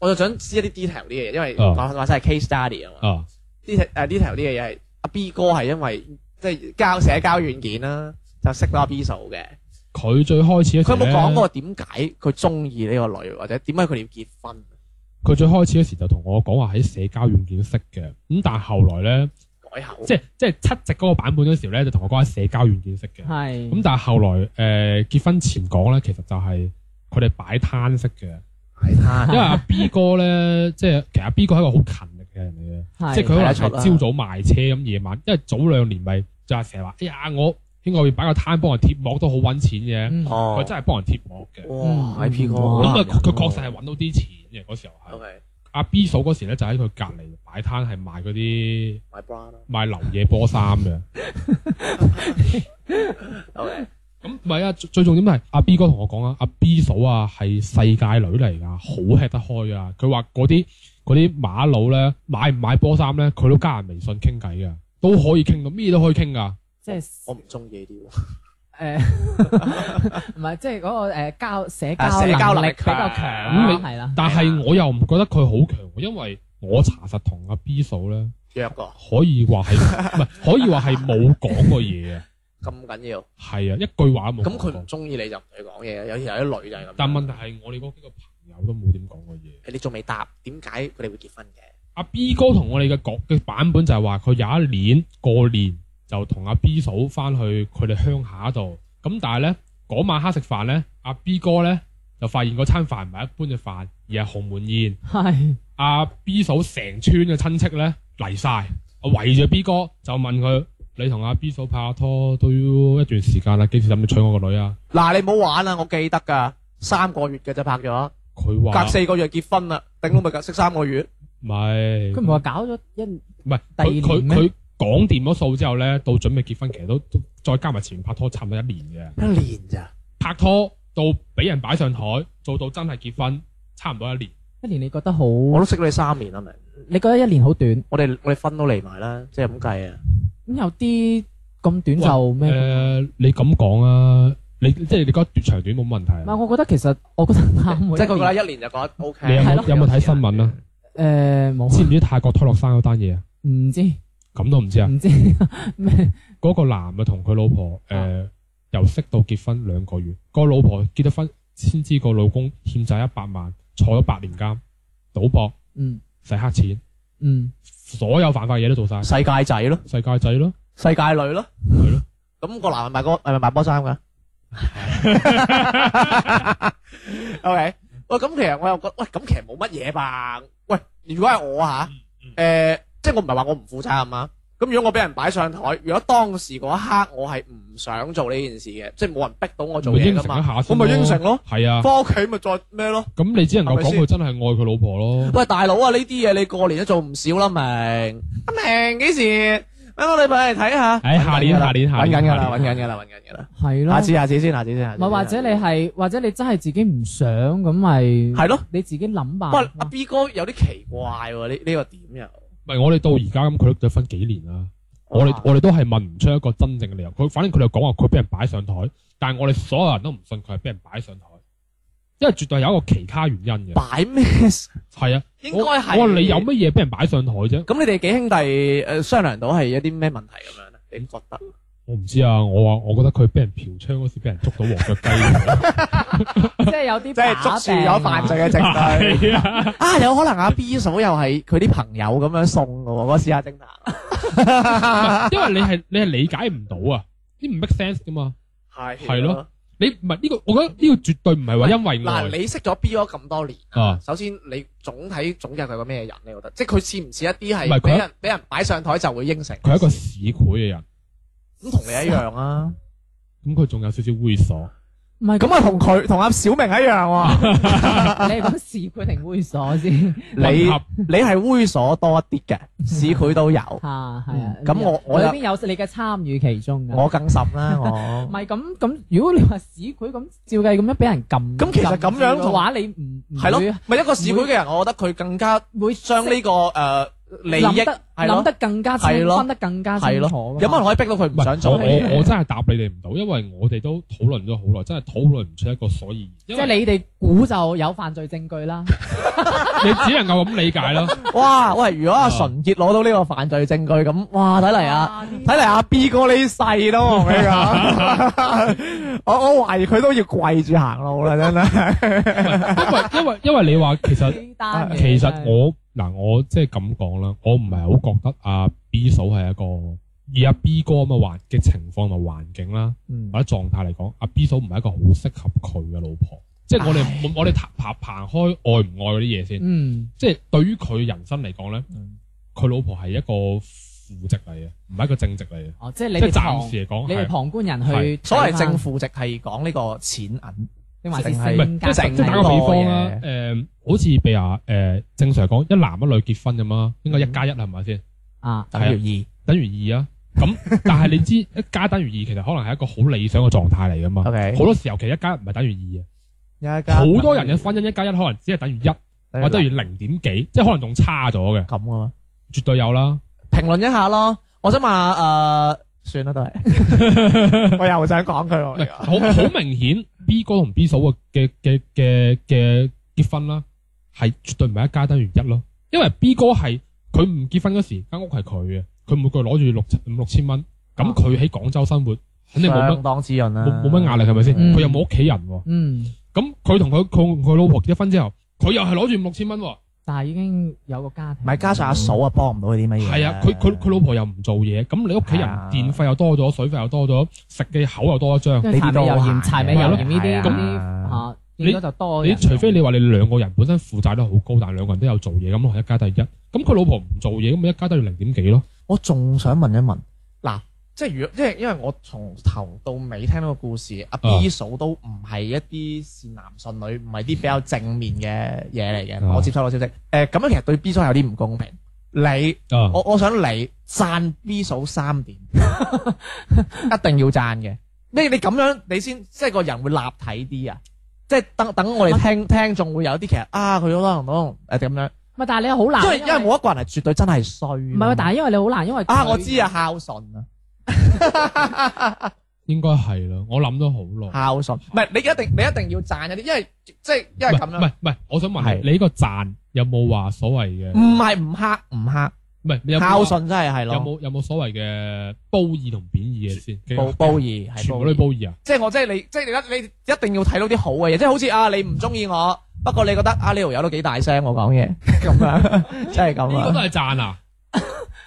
Speaker 4: 我就想知一啲 detail 啲嘅嘢，因為
Speaker 2: 啊
Speaker 4: 話話晒係 case study 啊嘛
Speaker 2: 啊，
Speaker 4: ，detail 誒 detail 啲嘅嘢係阿 B 哥係因為即係交社交軟件啦，就識到阿 B 嫂嘅。
Speaker 2: 佢最開始嗰時
Speaker 4: 佢有冇
Speaker 2: 咧
Speaker 4: 講過點解佢中意呢個女，或者點解佢哋要結婚？
Speaker 2: 佢最開始嗰時就同我講話喺社交軟件識嘅，咁但係後來咧，
Speaker 4: 改口
Speaker 2: 即係即係七夕嗰個版本嗰時候咧，就同我講喺社交軟件識嘅。
Speaker 3: 係
Speaker 2: 咁但係後來誒、呃、結婚前講咧，其實就係佢哋擺攤式嘅，
Speaker 4: 擺攤
Speaker 2: 因為阿 B 哥咧，即係其實阿 B 哥係一個好勤力嘅人嚟嘅，
Speaker 3: 係
Speaker 2: 即係佢可能
Speaker 4: 睇得出
Speaker 2: 係
Speaker 4: 啦
Speaker 2: 朝早賣車咁，夜晚，因為早兩年咪就係成日話，哎呀我喺外邊擺個攤幫人貼膜都好揾錢嘅，
Speaker 3: 嗯
Speaker 4: 哦
Speaker 2: 佢、真係幫人貼膜嘅，
Speaker 3: 嗯
Speaker 4: 哇！IP 哥
Speaker 2: 咁
Speaker 3: 哇
Speaker 2: 啊
Speaker 4: 哦
Speaker 2: 佢佢確實係揾到啲錢嘅嗰時候係。
Speaker 4: OK
Speaker 2: 阿 B 嫂嗰時咧就喺佢隔離擺攤係賣嗰啲
Speaker 4: 買 bra 啦
Speaker 2: 賣流嘢波衫嘅。
Speaker 4: OK
Speaker 2: 咁唔係啊，最最重點係阿 B 哥同我講啊，阿 B 嫂啊係世界女嚟㗎，好吃得開啊。佢話嗰啲嗰啲馬佬咧買唔買波衫咧，佢都加人微信傾偈㗎，都可以傾到咩都可以傾㗎。
Speaker 3: 即係
Speaker 4: 我唔中意呢啲喎。
Speaker 3: 誒， <laughs> 唔係即係嗰個誒交社
Speaker 4: 啊社
Speaker 3: 交能
Speaker 4: 交能
Speaker 3: 力
Speaker 4: 力
Speaker 3: 比較
Speaker 4: 強
Speaker 3: 強
Speaker 2: 咁，
Speaker 3: 咯
Speaker 2: 你
Speaker 3: 係啦。
Speaker 2: 但係
Speaker 4: 啊
Speaker 2: 我又唔覺得佢好強喎，因為我查實同阿 B 嫂咧
Speaker 4: 約過
Speaker 2: 可以話
Speaker 4: <laughs>
Speaker 2: 係唔係可以話係冇講過嘢啊，
Speaker 4: 咁緊要，
Speaker 2: 係啊，一句話都冇講
Speaker 4: 咁
Speaker 2: 過。
Speaker 4: 佢唔中意你就唔同佢講嘢。有時有啲女就係咁。
Speaker 2: 但問題係我哋嗰幾個朋友都冇點講過嘢。
Speaker 4: 你仲未答，點解佢哋會結婚嘅？
Speaker 2: 阿 B 哥同我哋嘅講嘅版本就係話，佢有一年過年就同阿 B 嫂翻去佢哋鄉下度，咁但係咧嗰晚黑食飯咧，阿 B 哥咧就發現嗰餐飯唔係一般嘅飯，而係鴻門宴。
Speaker 3: 係
Speaker 2: 阿 B 嫂成村嘅親戚咧嚟晒，圍住 B 哥就問佢：你同阿 B 嫂拍下拖都要一段時間啦，幾時諗住娶我個女啊？
Speaker 4: 嗱，你唔好玩啦，我記得㗎，三個月嘅啫拍咗，
Speaker 2: 佢話
Speaker 4: 隔四個月結婚啦，頂到咪隔識三個月。
Speaker 2: 唔係，
Speaker 3: 佢唔係話搞咗一
Speaker 2: 唔係
Speaker 3: 第二
Speaker 2: 佢
Speaker 3: 年
Speaker 2: 佢
Speaker 3: 咩
Speaker 2: 佢講掂咗數之後咧，到準備結婚其實都都再加埋前面拍拖差唔多一年
Speaker 4: 一年咋？
Speaker 2: 嘅，拍拖到俾人擺上台，做到真係結婚差唔多一年。
Speaker 3: 一年，你覺得好？
Speaker 4: 我都識咗你三年啦，咪
Speaker 3: 你覺得一年好短？
Speaker 4: 我哋我哋分都嚟埋啦，即係咁計啊。
Speaker 3: 咁有啲咁短就
Speaker 2: 誒、
Speaker 3: 咩？
Speaker 2: 你咁講啊，你即係你覺得短長短冇問題
Speaker 3: 唔係，
Speaker 2: 啊。
Speaker 3: 我覺得其實我覺得啱喎。
Speaker 4: 即係佢覺得
Speaker 3: 一
Speaker 4: 一年就覺得 O
Speaker 2: 你有
Speaker 4: K。
Speaker 3: 係咯
Speaker 2: 冇有冇睇新聞啊？
Speaker 3: 誒冇，
Speaker 2: 知唔知泰國推落山嗰單嘢啊？
Speaker 3: 唔知
Speaker 2: 咁都唔知啊！
Speaker 3: 唔知 <laughs> 咩？
Speaker 2: 嗰、個男啊同佢老婆誒、
Speaker 3: 啊
Speaker 2: 由識到結婚兩個月，個老婆結咗婚先知個老公欠債一百萬，坐咗八年監，賭博、
Speaker 3: 嗯
Speaker 2: 洗黑錢，
Speaker 3: 嗯，
Speaker 2: 所有犯法嘢都做晒。
Speaker 4: 世界仔咯，
Speaker 2: 世界仔咯，
Speaker 4: 世界女咯。
Speaker 2: 係咯。
Speaker 4: 咁個男係賣波係咪賣波衫
Speaker 2: <laughs>
Speaker 4: 㗎？O K，喂，咁其實我又覺得，喂，咁其實冇乜嘢吧？喂，如果係我嚇，誒，即係我唔係話我唔負責任啊。咁如果我俾人擺上台，如果當時嗰一刻我係唔想做呢件事嘅，即係冇人逼到我做
Speaker 2: 咪
Speaker 4: 嘢
Speaker 2: 應
Speaker 4: 噶
Speaker 2: 承一
Speaker 4: 嘛，
Speaker 2: 下
Speaker 4: 我
Speaker 2: 先
Speaker 4: 咪應承咯，
Speaker 2: 係啊，
Speaker 4: 翻屋企咪再咩咯。
Speaker 2: 咁你只能夠
Speaker 4: 係咪
Speaker 2: 講
Speaker 4: 先
Speaker 2: 佢真係愛佢老婆咯。
Speaker 4: 喂，大佬啊，呢啲嘢你過年都做唔少啦，明？阿明幾時搵個女朋友嚟睇下？
Speaker 2: 唉下年下年下
Speaker 4: 搵
Speaker 2: 年
Speaker 4: 緊㗎啦，
Speaker 2: 下
Speaker 4: 搵緊㗎啦，搵緊㗎啦。
Speaker 3: 係咯
Speaker 4: 下。次下次先，下次先。下
Speaker 3: 唔
Speaker 4: 次
Speaker 3: 係
Speaker 4: 先
Speaker 3: 或者你係，或者你真係自己唔想咁咪
Speaker 2: 嗯
Speaker 4: 係咯？
Speaker 3: 你自己諗吧。
Speaker 4: 喂，阿 B 哥有啲奇怪喎，呢呢個點又？
Speaker 2: 唔係我哋到而家咁，佢都結婚幾年啦。我哋我哋都係問唔出一個真正嘅理由。佢反正佢就講話佢俾人擺上台，但係我哋所有人都唔信佢係俾人擺上台，因為絕對有一個其他原因嘅。
Speaker 4: 擺咩？
Speaker 2: 係啊，
Speaker 4: 應
Speaker 2: 我
Speaker 4: 該係
Speaker 2: 我話你有乜嘢俾人擺上台啫？
Speaker 4: 呃咁？你哋幾兄弟誒商量到係一啲咩問題咁樣咧？你覺得？
Speaker 2: 我唔知啊，我話我覺得佢俾人嫖娼嗰時俾人捉到黃腳
Speaker 4: <laughs>
Speaker 2: 雞，
Speaker 3: 即係有啲
Speaker 4: 即係捉住咗犯罪嘅證據。
Speaker 2: 係啊，
Speaker 4: <laughs> 啊，有可能阿 B 嫂又係佢啲朋友咁樣送嘅喎，嗰時阿偵
Speaker 2: <laughs>
Speaker 4: 探。
Speaker 2: 因為你係你係理解唔到啊，啲唔 make sense 噶嘛，
Speaker 4: 係
Speaker 2: 係咯。你唔係呢個，我覺得呢個絕對唔係話因為
Speaker 4: 嗱，
Speaker 2: 愛
Speaker 4: 你識咗 B 咗咁多年，
Speaker 2: 啊，
Speaker 4: 首先你總體總結佢個咩人你覺得？即係佢似唔似一啲
Speaker 2: 唔係
Speaker 4: 係
Speaker 2: 佢
Speaker 4: 俾人俾人擺上台就會應承？
Speaker 2: 佢係一個市儈嘅人，
Speaker 4: 咁同你一樣啊。
Speaker 2: 咁佢仲有少少猥瑣，
Speaker 3: 唔係咁
Speaker 4: 咁啊，同佢同阿小明一樣喎。啊
Speaker 3: 你係講市儈定猥瑣先？
Speaker 4: <laughs> 你
Speaker 2: 混合
Speaker 4: 你係猥瑣多一啲嘅，市儈都有。
Speaker 3: 嚇係啊，
Speaker 4: 嗯咁我我
Speaker 3: 裏
Speaker 4: 又
Speaker 3: 邊有你嘅參與其中㗎。
Speaker 4: 我更甚啦，
Speaker 3: 唔
Speaker 4: 我
Speaker 3: 係咁咁，如果你話市儈咁，照計咁樣俾人撳，
Speaker 4: 咁其實咁樣
Speaker 3: 撳住
Speaker 4: 同
Speaker 3: 嘅話，你唔唔
Speaker 4: 係咯
Speaker 3: 會，啊
Speaker 4: 咪一個市儈嘅人，我覺得佢更加
Speaker 3: 會
Speaker 4: 將呢個誒利益
Speaker 3: 諗得諗
Speaker 4: 係咯
Speaker 3: 得更加
Speaker 4: 係
Speaker 3: 清，
Speaker 4: 咯
Speaker 3: 分得更加
Speaker 4: 係
Speaker 3: 清
Speaker 4: 咯
Speaker 3: 楚㗎嘛。
Speaker 4: 有乜人可以逼到佢
Speaker 2: 唔
Speaker 4: 唔想
Speaker 2: 係我
Speaker 4: 做呢樣嘢？
Speaker 2: 我我真係答你哋唔到，因為我哋都討論咗好耐，真係討論唔出一個所以然，
Speaker 3: 即係
Speaker 2: 因為
Speaker 3: 你哋估就有犯罪證據啦。
Speaker 2: 你只能夠咁理解咯。
Speaker 4: <laughs> 哇！喂，如果阿
Speaker 2: 啊
Speaker 4: 純傑攞到呢個犯罪證據咁，哇！睇
Speaker 3: <laughs>
Speaker 4: 嚟啊，睇嚟阿 B 哥呢世都我同你講我我懷疑佢都要跪住行路啦，真係。
Speaker 2: 因為因為因為你話其實
Speaker 3: 呢單嘢
Speaker 2: 啊其實
Speaker 3: 真係
Speaker 2: 我嗱我即係咁講啦，我唔係好覺得阿 B 嫂係一個以阿 B 哥咁嘅環嘅情況同環境啦，
Speaker 4: 嗯
Speaker 2: 或者狀態嚟講，阿 B 嫂唔係一個好適合佢嘅老婆。即係我哋我我哋談談談開愛唔愛嗰啲嘢先，
Speaker 3: 嗯
Speaker 2: 即係對於佢人生嚟講咧，佢老婆係一個負值嚟嘅，唔係一個正值嚟嘅。
Speaker 3: 哦，即係你
Speaker 2: 即
Speaker 3: 哋
Speaker 2: 係
Speaker 3: 旁
Speaker 2: 暫時嚟講
Speaker 3: 你哋
Speaker 2: 係，啊
Speaker 3: 旁觀人去
Speaker 4: 所謂正
Speaker 3: 政
Speaker 4: 負值係講呢個錢銀，
Speaker 3: 定還是
Speaker 4: 淨係
Speaker 3: 性格
Speaker 4: 唔係即係
Speaker 2: 即係打個比方啦
Speaker 4: 多嘢，
Speaker 2: 誒好似譬如話誒正常嚟講，一男一女結婚咁啦，應該一加一係咪先？
Speaker 3: 啊，
Speaker 4: 等於
Speaker 2: 等於二啊。
Speaker 3: <laughs>
Speaker 2: 咁但係你知一加等於二，其實可能係一個好理想嘅狀態嚟噶
Speaker 3: <laughs>
Speaker 2: 嘛。
Speaker 4: OK
Speaker 2: 好多時候其實一加一唔係等於
Speaker 4: 二。
Speaker 2: 二啊，好多人嘅婚姻一加一可能只係等於一
Speaker 4: 嘅
Speaker 2: 或者等於零點幾，即係可能仲差咗嘅，
Speaker 4: 咁噶嘛？
Speaker 2: 絕對有啦。
Speaker 4: 評論一下咯，我想問
Speaker 2: 呃
Speaker 4: 下誒，算啦都
Speaker 2: <laughs>
Speaker 4: 係， <laughs> 我又想講佢
Speaker 2: 唔
Speaker 4: 喎
Speaker 2: 係好好明顯 B 哥同 B 嫂嘅嘅嘅嘅嘅結婚啦，係絕對唔係一加等於一咯。因為 B 哥係佢唔結婚嗰時，間屋係佢嘅，佢每個月攞住六五六千蚊，咁佢喺廣州生活肯定冇乜
Speaker 4: 相當滋潤啦，
Speaker 2: 冇冇乜壓力係咪先？
Speaker 3: 嗯
Speaker 2: 佢又冇屋企人喎。
Speaker 3: 嗯，
Speaker 2: 咁佢同佢佢佢老婆結咗婚之後，佢又係攞住五六千蚊喎。
Speaker 3: 但係已經有個家庭，
Speaker 4: 唔係加上阿嫂啊，幫唔到佢啲乜嘢。
Speaker 2: 係啊，佢佢佢老婆又唔做嘢，咁你屋企人
Speaker 4: 係啊
Speaker 2: 電費又多咗，水費又多咗，食嘅口又多一張。
Speaker 3: 因為柴米油鹽、柴米油鹽呢啲
Speaker 4: 係
Speaker 3: 咁
Speaker 4: 啊
Speaker 3: 啲啊，應該就多
Speaker 2: 你
Speaker 3: 人
Speaker 2: 除非你話你兩個人本身負債都好高，但係兩個人都有做嘢，咁可能一家都係一。咁佢老婆唔做嘢，咁咪一家都要零點幾咯。
Speaker 4: 我仲想問一問，嗱，即係如果，因為因為我從頭到尾聽到個故事，阿
Speaker 2: 啊
Speaker 4: B 嫂都唔係一啲善男信女，唔係啲比較正面嘅嘢嚟嘅。
Speaker 2: 啊
Speaker 4: 我接收到消息，誒、咁樣其實對 B 嫂有啲唔公平。你，
Speaker 2: 啊，
Speaker 4: 我我想你讚 B 嫂三點，一定要讚嘅。你你咁樣你先即係個人會立體啲啊！即係等等我哋聽聽眾會有啲其實啊，佢可能都誒咁樣，
Speaker 3: 唔係，但係你好
Speaker 4: 因
Speaker 3: 難，
Speaker 4: 為因為冇一個人係絕對真係衰。
Speaker 3: 唔
Speaker 4: 唔
Speaker 3: 係，但係因為你好難，因為
Speaker 4: 啊，
Speaker 3: 佢
Speaker 4: 我知啊，，孝順啊，
Speaker 2: 應該係啦。我諗咗好耐。
Speaker 4: 孝順，唔係你一定你一定要讚一啲，因為即係因為
Speaker 2: 唔係
Speaker 4: 咁
Speaker 2: 唔
Speaker 4: 樣
Speaker 2: 係，唔係，我想問
Speaker 4: 係
Speaker 2: 你，你呢個讚有冇話所謂
Speaker 4: 唔
Speaker 2: 嘅？
Speaker 4: 係唔黑唔黑，
Speaker 2: 唔係你有冇
Speaker 4: 孝
Speaker 2: 話
Speaker 4: 順真係係
Speaker 2: 有
Speaker 4: 咯，
Speaker 2: 冇有冇所謂嘅褒義同貶義嘅先？
Speaker 4: 褒褒義係
Speaker 2: 全
Speaker 4: 褒
Speaker 2: 部都係
Speaker 4: 義，
Speaker 2: 褒義啊！
Speaker 4: 即係我即係你即係你一你一定要睇到啲好嘅嘢，即係好似啊你唔中意我，不過你覺得啊呢條友都幾大聲我講嘢 <laughs> 咁樣， <laughs> 真係咁
Speaker 2: 呢個都
Speaker 4: 啊，
Speaker 2: 係讚啊！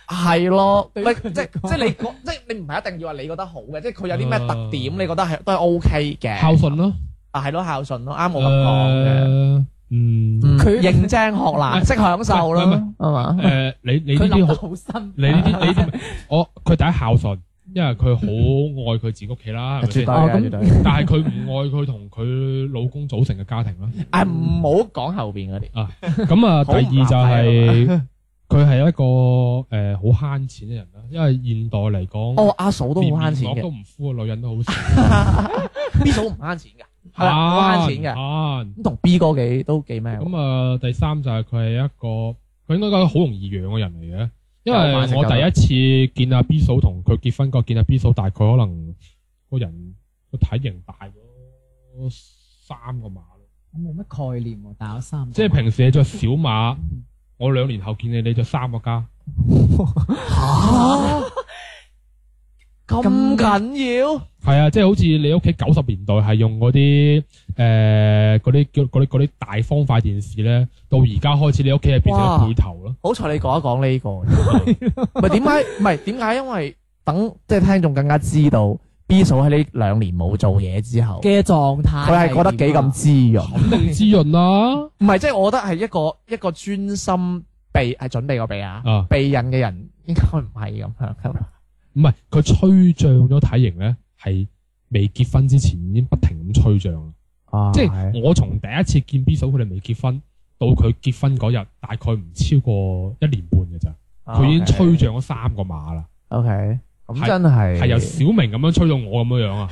Speaker 4: 係咯，喂
Speaker 3: 對
Speaker 4: 即
Speaker 3: 佢嚟
Speaker 4: 係即
Speaker 3: 講
Speaker 4: 係你覺即係你唔係一定要話你覺得好嘅，即係佢有啲咩特點
Speaker 2: 啊
Speaker 4: 你覺得係都係 O K 嘅，
Speaker 2: 孝順咯，
Speaker 4: 啊係咯孝順咯，啱我咁講嘅，
Speaker 2: 誒，嗯，
Speaker 4: 嗯
Speaker 3: 佢
Speaker 4: 認真學
Speaker 2: 唔 <laughs>
Speaker 4: 難，
Speaker 2: 係
Speaker 4: 識享受咯
Speaker 2: 唔係，
Speaker 4: 係嘛？
Speaker 2: 誒，你你呢
Speaker 3: 佢諗
Speaker 2: 啲
Speaker 3: 得
Speaker 2: 好，
Speaker 3: 好深，
Speaker 2: 你呢啲你呢
Speaker 4: <laughs>
Speaker 2: 啲，我佢第一孝順，因為佢好愛佢自己屋企啦，係咪
Speaker 4: 絕對
Speaker 2: 先？
Speaker 3: 哦
Speaker 4: 嘅，
Speaker 3: 咁
Speaker 4: 絕對
Speaker 2: <laughs>
Speaker 4: 嘅。
Speaker 2: 但係佢唔愛佢同佢老公組成嘅家 <laughs> 庭啦。
Speaker 4: 啊，唔好講後邊嗰啲。
Speaker 2: 咁啊，第
Speaker 4: 好唔
Speaker 2: 二就
Speaker 4: 立體
Speaker 2: 係佢係一個诶好慳錢嘅人啦，因為現代嚟講，
Speaker 4: 哦，阿嫂都好
Speaker 2: 連嗯
Speaker 4: 慳
Speaker 2: 面
Speaker 4: 錢
Speaker 2: 膜都
Speaker 4: 嘅
Speaker 2: 唔敷啊嘅女人都好少，
Speaker 4: ，B 嫂唔慳錢㗎，係啦，好慳錢嘅。
Speaker 2: 慳
Speaker 4: 咁同 B 哥幾都幾咩喎？
Speaker 2: 咁啊，第三就係佢係一個佢應該係一個好容易養嘅人嚟嘅，因
Speaker 4: 有飯食
Speaker 2: 為
Speaker 4: 有
Speaker 2: 我第一次見阿 B 嫂同佢結婚嗰個見阿 B 嫂，大概可能個人個體型大咗三個碼咯
Speaker 3: 我冇乜概念喎，但係我三個
Speaker 2: 即係平時你着小碼，我兩年後見你你着三個加，
Speaker 4: 嚇咁緊要？
Speaker 2: 系啊，即係好似你屋企九十年代係用嗰啲诶嗰啲叫嗰啲嗰啲大方塊電視咧，到而家開始你屋企係變成
Speaker 4: 哇
Speaker 2: 咗背頭咯。
Speaker 4: 好彩你講一講呢、
Speaker 3: <laughs>
Speaker 4: 個，唔係點解？唔係點解？因為等即係聽眾更加知道 B 嫂喺呢兩年冇做嘢之後，
Speaker 3: 嘅狀態，
Speaker 4: 佢係覺得幾咁滋潤。
Speaker 2: 肯定滋潤啦，
Speaker 4: 唔係即係我覺得係一個一個專心備係準備個備啊，
Speaker 2: 啊，
Speaker 4: 備孕嘅人應該唔係咁樣噶嘛。
Speaker 2: 唔係佢吹脹咗體型咧，係未結婚之前已經不停咁吹脹啦。
Speaker 3: 啊
Speaker 2: 即係我從第一次見 B 嫂佢哋未結婚，到佢結婚嗰日，大概唔超過一年半嘅咋，
Speaker 4: 啊
Speaker 2: 佢已經吹脹咗三個碼啦，
Speaker 3: 啊
Speaker 4: OK，咁
Speaker 2: 係
Speaker 4: 真係
Speaker 2: 係由小明咁樣吹到我咁樣樣啊。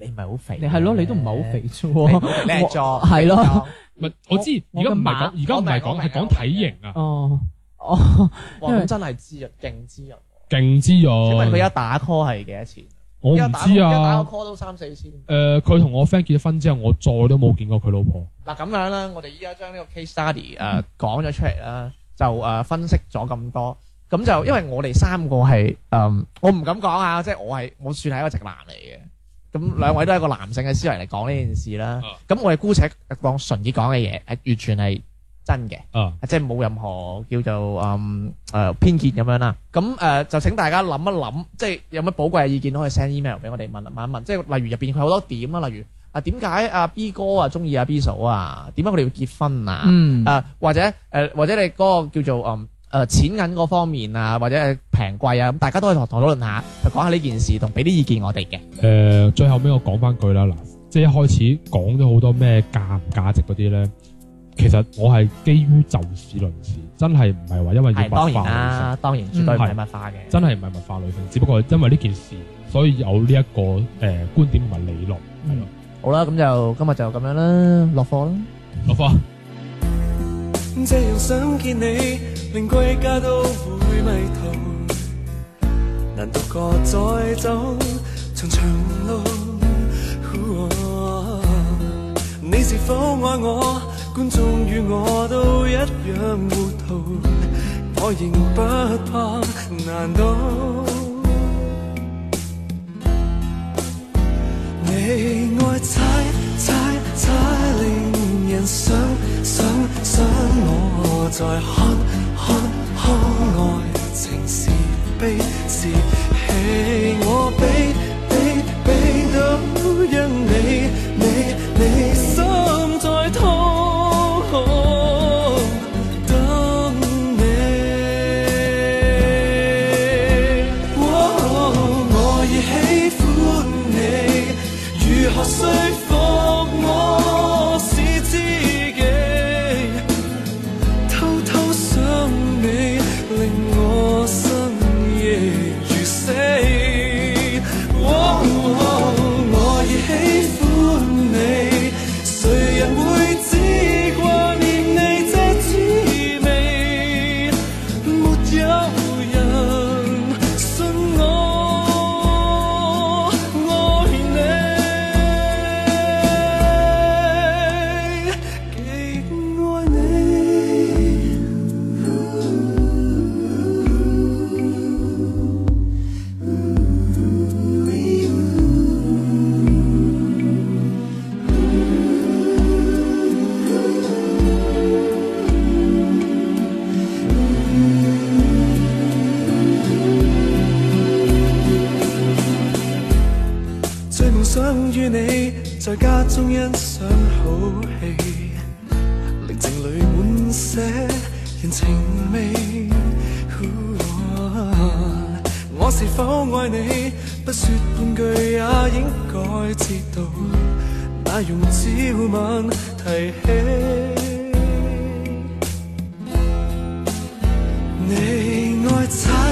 Speaker 4: 你唔係好肥，
Speaker 3: 你係咯，你都唔係好肥，啫
Speaker 4: 你唔
Speaker 3: 喎。
Speaker 4: 係叻咗
Speaker 3: 我係咯。
Speaker 2: 唔係我知，
Speaker 3: 我
Speaker 2: 而家唔係
Speaker 3: 我
Speaker 2: 講，而家唔係
Speaker 4: 我明我
Speaker 2: 講，
Speaker 4: 明
Speaker 2: 係講體型啊，
Speaker 3: 哦哦，
Speaker 4: 哇，
Speaker 3: 因為
Speaker 4: 咁真係滋潤，勁滋
Speaker 2: 哦
Speaker 4: 潤。
Speaker 2: 勁之
Speaker 4: 請問佢
Speaker 2: 咗。
Speaker 4: 一打 call 係幾多錢？
Speaker 2: 我唔
Speaker 4: 一打
Speaker 2: 知
Speaker 4: 一打
Speaker 2: 啊
Speaker 4: 個。call 都三四千。
Speaker 2: 誒，佢同我 friend 結咗婚之後，我再都冇見過佢老婆。
Speaker 4: 嗱咁樣啦，我哋依家將呢個 case study 誒、講咗出嚟啦，就誒、分析咗咁多，咁就因為我哋三個係誒、我唔敢講啊，即係我係我算係一個直男嚟嘅，咁兩位都係一個男性嘅思維嚟講呢件事啦
Speaker 2: 啊。
Speaker 4: 咁、我哋姑且當純潔講嘅嘢係完全係真嘅，
Speaker 2: 啊，
Speaker 4: 即係冇任何叫做誒誒、偏見咁樣啦。咁誒、就請大家諗一諗，即係有乜寶貴嘅意見都可以 send email 俾我哋問問一問，即係例如入邊佢有好多點啦，例如。啊點解啊 B 哥啊中意啊 B 嫂啊？點解佢哋要結婚啊？
Speaker 3: 嗯，
Speaker 4: 啊或者誒、呃或者你嗰個叫做嗯誒錢銀嗰方面啊，或者係平貴啊，咁大家都可以同我討論下，就講下呢件事，同俾啲意見我哋嘅。
Speaker 2: 誒，最後尾我講翻句啦，嗱，即係一開始講咗好多咩價唔價值嗰啲咧，其實我係基於就事論事，真係唔係話因為要
Speaker 4: 係當
Speaker 2: 物化女
Speaker 4: 然
Speaker 2: 性，
Speaker 4: 啦，當然絕對唔係物化嘅。
Speaker 2: 真係唔係物化女性，只不過係因為呢件事，所以有呢一個誒觀點同埋理論係咯。
Speaker 4: 好啦，咁就今日就咁樣啦，落課啦。
Speaker 2: 老科。
Speaker 5: 這樣想見你，令歸家都會迷途。難獨個再走長長路。啊你是否愛我？觀眾與我都一樣糊塗，我仍不怕難倒。你愛猜猜猜，令人想想想，我在看看看愛情是悲是喜，我悲悲悲都因你你你心在痛，等你。哦我已喜歡你，如何說服我是知己？偷偷想你，令我深夜如死。我已喜歡你，誰人會只掛念你這滋味？沒有人信我愛你，極愛你。最夢想與你在家中欣賞好戲，寧靜裏滿寫人情味。我是否愛你？不說半句也應該知道，那用朝晚提起。你愛猜